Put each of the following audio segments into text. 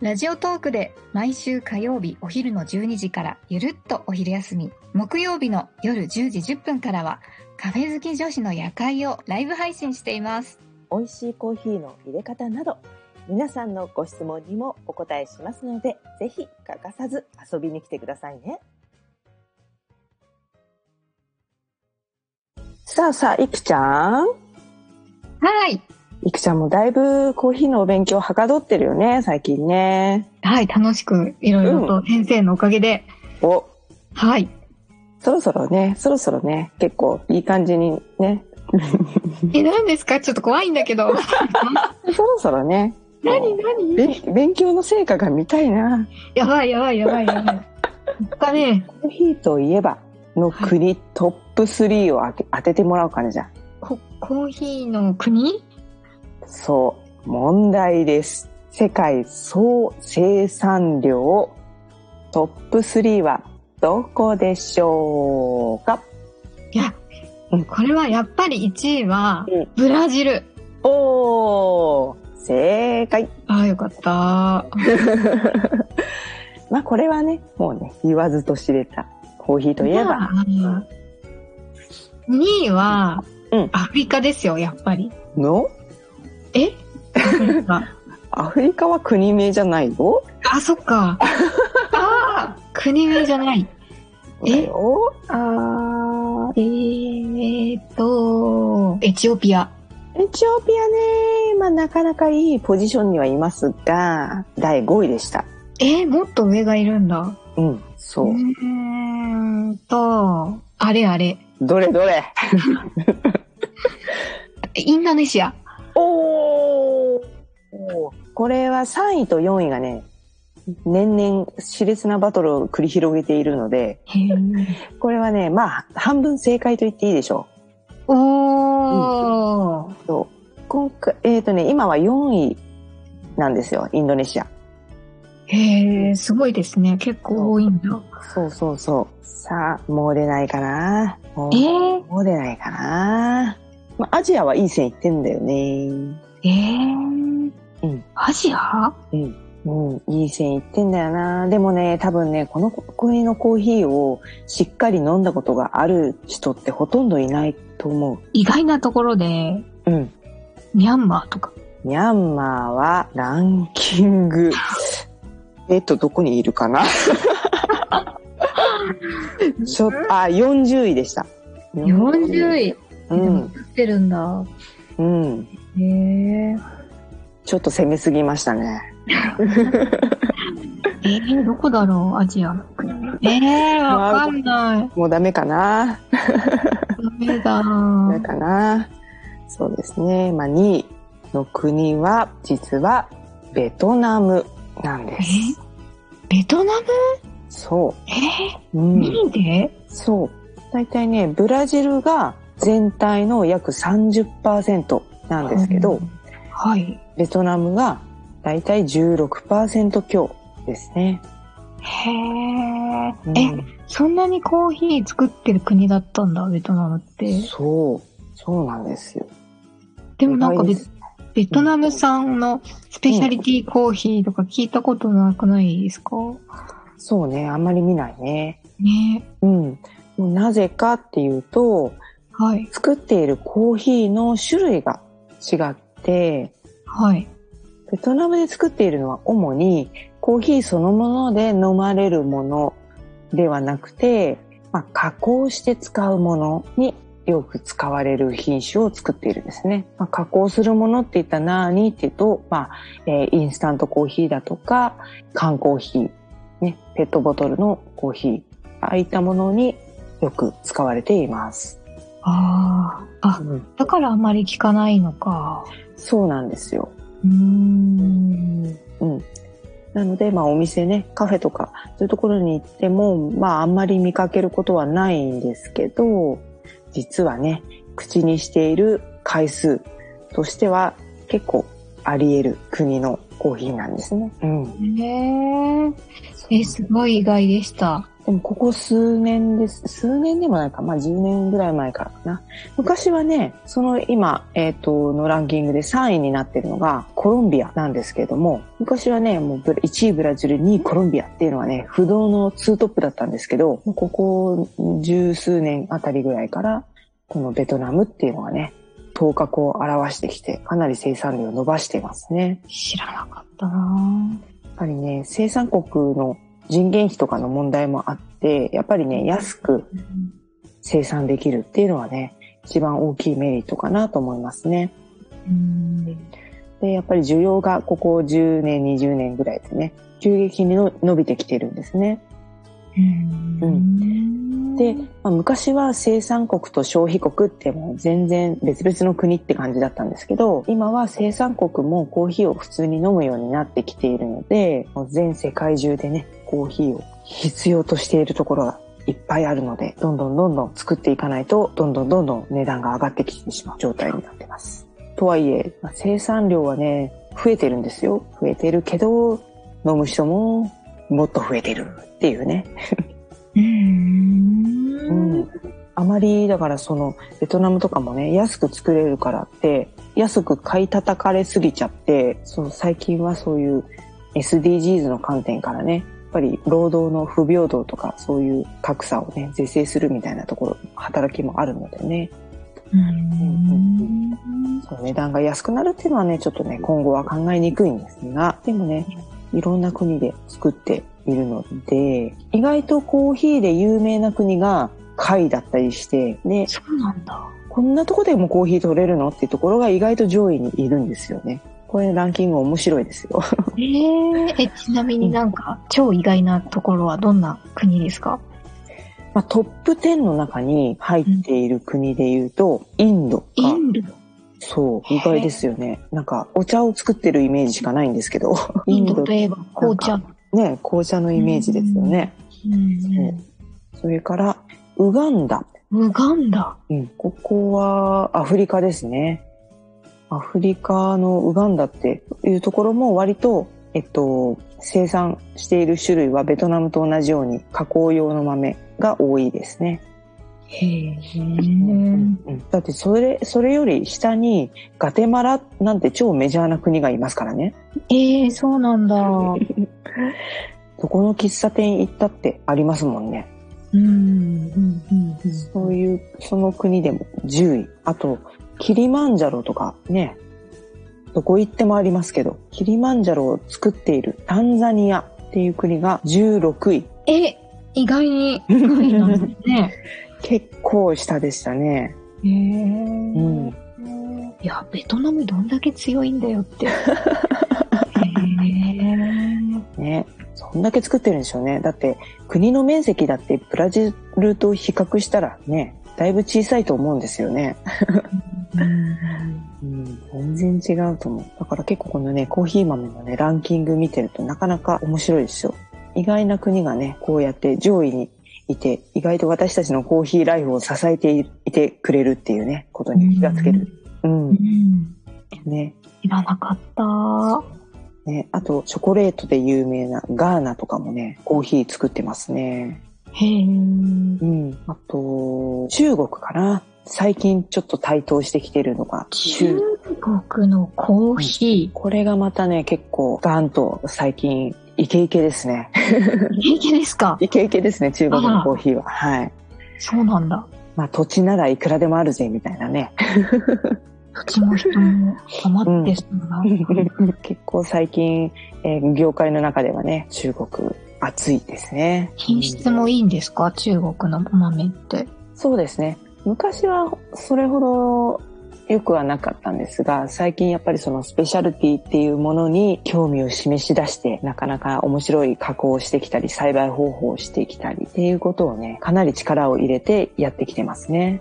ラジオトークで毎週火曜日お昼の12時からゆるっとお昼休み、木曜日の夜10時10分からは、カフェ好き女子の夜会をライブ配信しています。美味しいコーヒーの入れ方など皆さんのご質問にもお答えしますのでぜひ欠かさず遊びに来てくださいね。さあさあ、いくちゃはん。い。いくちゃんもだいぶコーヒーのお勉強はかどってるよね、最近ね。はい、楽しくいろいろと先生のおかげで、お、はい。そろそろね、そろそろね、結構いい感じにね、え、何ですかちょっと怖いんだけど。そろそろね、 何何べ勉強の成果が見たいな。やばいやばいやばいや ばい。おっかねえ。コーヒーといえばの国トップ3をあけ当ててもらおうかな、じゃあ。ココーヒーの国そう、問題です。世界総生産量トップ3はどこでしょうかいやうん、これはやっぱり1位はうん、ブラジル。おー、正解ああ、よかった。まあこれはね、もうね、言わずと知れたコーヒーといえば、 2位はうん、アフリカですよ、やっぱり。のえアフリカは国名じゃないよ。あ、そっ か。ああ、国名じゃない。えだよあえーっと、エチオピア。ーエチオピアね、まあなかなかいいポジションにはいますが、第5位でした。えー、もっと上がいるんだ。うん、うそう。ーんと、あれあれ。どれどれインドネシア。おーこれは3位と4位がね、年々熾烈なバトルを繰り広げているので、へーこれはね、まあ半分正解と言っていいでしょう。おー、そう。今回、えっ、とね、今は4位なんですよ、インドネシア。へえ、すごいですね。結構多いんだ。そうそうそう。さあ、もう出ないかな。もうえー、もう出ないかな。まあ、アジアはいい線いってんだよね。えー、うんアジアうん、いい線いってんだよな。でもね、多分ね、この国のコーヒーをしっかり飲んだことがある人ってほとんどいないと思意外なところで、う。うん。ミャンマーとか。ミャンマーはランキング。えっと、どこにいるかなちょっと、あ、40位でした。 40位位。うでもん、作ってるんだ。うん。へえ。ちょっと攻めすぎましたね。えー、どこだろうアジアの国。えー、わかんない。もうダメかなダメだ。ダメかなそうですね。まあ、2位の国は、実は、ベトナムなんでえす。ーベトナムそえう。うー、ん。 2位でそう。大体ね、ブラジルが全体の約30%なんですけど、はい。ベトナムが大体16%強ですね。へえ、うんえ、そんなにコーヒー作ってる国だったんだ、ベトナムって。そう。そうなんですよ。でもなんか意ベ外ですベトナム産のスペシャリティコーヒーとか聞いたことなくないですか、そうね。あんまり見ないね。ねうん。もうなぜかっていうと、はい、作っているコーヒーの種類が違って、はい。ベトナムで作っているのは主にコーヒーそのもので飲まれるものではなくて、まあ、加工して使うものによく使われる品種を作っているんですね。まあ、加工するものって言ったら何って言うと、まあえーインスタントコーヒーだとか缶コーヒー、ね、ペットボトルのコーヒー、ああいったものによく使われています。ああ、あ、だからあまり聞かないのか。そうなんですよ。うーん。うん。なので、まあ、お店ね、カフェとか、そういうところに行っても、まあ、あんまり見かけることはないんですけど、実はね、口にしている回数としては、結構あり得る国のコーヒーなんですね。うん。へえ。え、すごい意外でした。でも、ここ数年です。数年でもないか、まあ、10年ぐらい前からかな。昔はね、その今、えっ、と、のランキングで3位になってるのが、コロンビアなんですけれども、昔はね、もうブラ1位ブラジル、2位コロンビアっていうのはね、不動の2トップだったんですけど、もうここ十数年あたりぐらいから、このベトナムっていうのがね、頭角を表してきて、かなり生産量を伸ばしていますね。知らなかったなやっぱりね、生産国の人件費とかの問題もあって、やっぱりね、安くぁ生産できるっていうのはね、一番大きいメリットかなと思いますね。うん。で、やっぱり需要がここ10年、20年ぐらいでね、急激にの伸びてきてるんですね。うんで、まあ、昔は生産国と消費国ってもう全然別々の国って感じだったんですけど、今は生産国もコーヒーを普通に飲むようになってきているので、もう全世界中でね、コーヒーを必要としているところがいっぱいあるので、どんどんどんどん作っていかないと、どんどんどんどん値段が上がってきてしまう状態になってます。とはいえ、まあ生産量はね、増えてるんですよ。増えてるけど、飲む人ももっと増えてるっていうね。うん。うん、あまりだからそのベトナムとかもね安く作れるからって安く買い叩かれすぎちゃってそう最近はそういう SDGs の観点からねやっぱり労働の不平等とかそういう格差をね是正するみたいなところ働きもあるのでねうんその値段が安くなるっていうのはねちょっとね今後は考えにくいんですがでもねいろんな国で作っているので意外とコーヒーで有名な国が貝だったりしてねそうなんだ。こんなとこでもコーヒー取れるのっていうところが意外と上位にいるんですよね。これランキング面白いですよ。 えー、え、ちなみになんか、超意外なところはどんな国ですかまあ、トップ10の中に入っている国で言うと、インドが。インドそう、意外ですよね。なんか、お茶を作ってるイメージしかないんですけど。 インドといえば紅茶。ね、紅茶のイメージですよね。うんそれから、ウガンダ。ウガンダ。うん、ここはアフリカですね。アフリカのウガンダっていうところも割と、えっと、生産している種類はベトナムと同じように加工用の豆が多いですね。へえ。うんだってそれ、それより下にガテマラなんて超メジャーな国がいますからね。えー、そうなん だ。どこの喫茶店行ったってありますもんね。うん、うん、うん。そういう、その国でも10位。あと、キリマンジャロとかね、どこ行ってもありますけど、キリマンジャロを作っているタンザニアっていう国が16位。え、意外に深いなんですね。結構下でしたね。へえ。うん。いや、ベトナムどんだけ強いんだよ って。へえ。ね。そんだけ作ってるんでしょうね。だって、国の面積だってブラジルと比較したらね、だいぶ小さいと思うんですよね。うん、全然違うと思う。だから結構このね、コーヒー豆のね、ランキング見てるとなかなか面白いですよ。意外な国がね、こうやって上位にいて、意外と私たちのコーヒーライフを支えていてくれるっていうね、ことに気がつける。うん、うん。ね。知らなかった。ね。あと、チョコレートで有名なガーナとかもね、コーヒー作ってますね。へえ。うん。あと、中国かな。最近ちょっと台頭してきてるのが、中国のコーヒこれがまたね、結構ガンと最近イケイケですね。 ー、平気ですかイケイケですね、中国のコーヒーは。はい。そうなんだ。まあ土地ならいくらでもあるぜ、みたい なね。土地も人も余ってそうな。結構最近、えー業界の中ではね、中国暑いですね。品質もいいんですか中国の豆って。そうですね。昔はそれほど良くはなかったんですが、最近やっぱりそのスペシャルティっていうものに興味を示し出して、なかなか面白い加工をしてきたり、栽培方法をしてきたりっていうことをね、かなり力を入れてやってきてますね。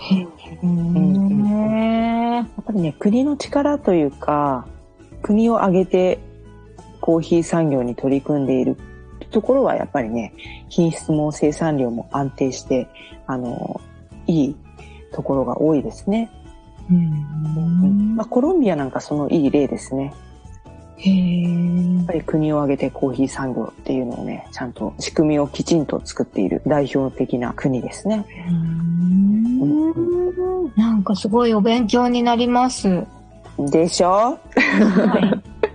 へんえ。やっぱりね、国の力というか、国を挙げて、コーヒー産業に取り組んでいるところはやっぱりね、品質も生産量も安定して、あの、いいところが多いですね。ううんんまあ、コロンビアなんかそのいい例ですね。へえやっぱり国を挙げてコーヒー産業っていうのをね、ちゃんと仕組みをきちんと作っている代表的な国ですね。うんなんかすごいお勉強になります。でしょはい、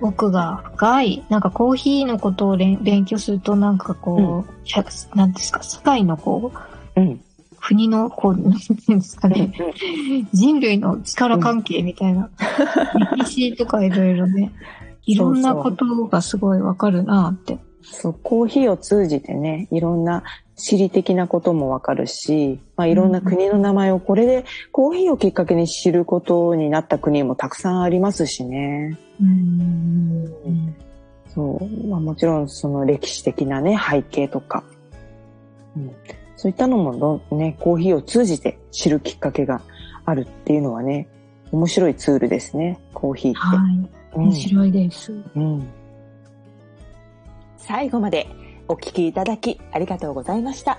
奥が深い。なんかコーヒーのことをれん勉強すると、なんかこう、ひゃなんですか、世界のこう、うん。国の、こう、なんていうんですかね、人類の力関係みたいな、歴史とかいろいろね、いろんなことがすごいわかるなって。そう、コーヒーを通じてね、いろんな地理的なこともわかるし、まあ、いろんな国の名前をこれでコーヒーをきっかけに知ることになった国もたくさんありますしね。うん。そう、まあ、もちろんその歴史的なね、背景とか、うん、そういったのもどんね、コーヒーを通じて知るきっかけがあるっていうのはね、面白いツールですね、コーヒーって。はい。面白いです。最後までお聞きいただきありがとうございました。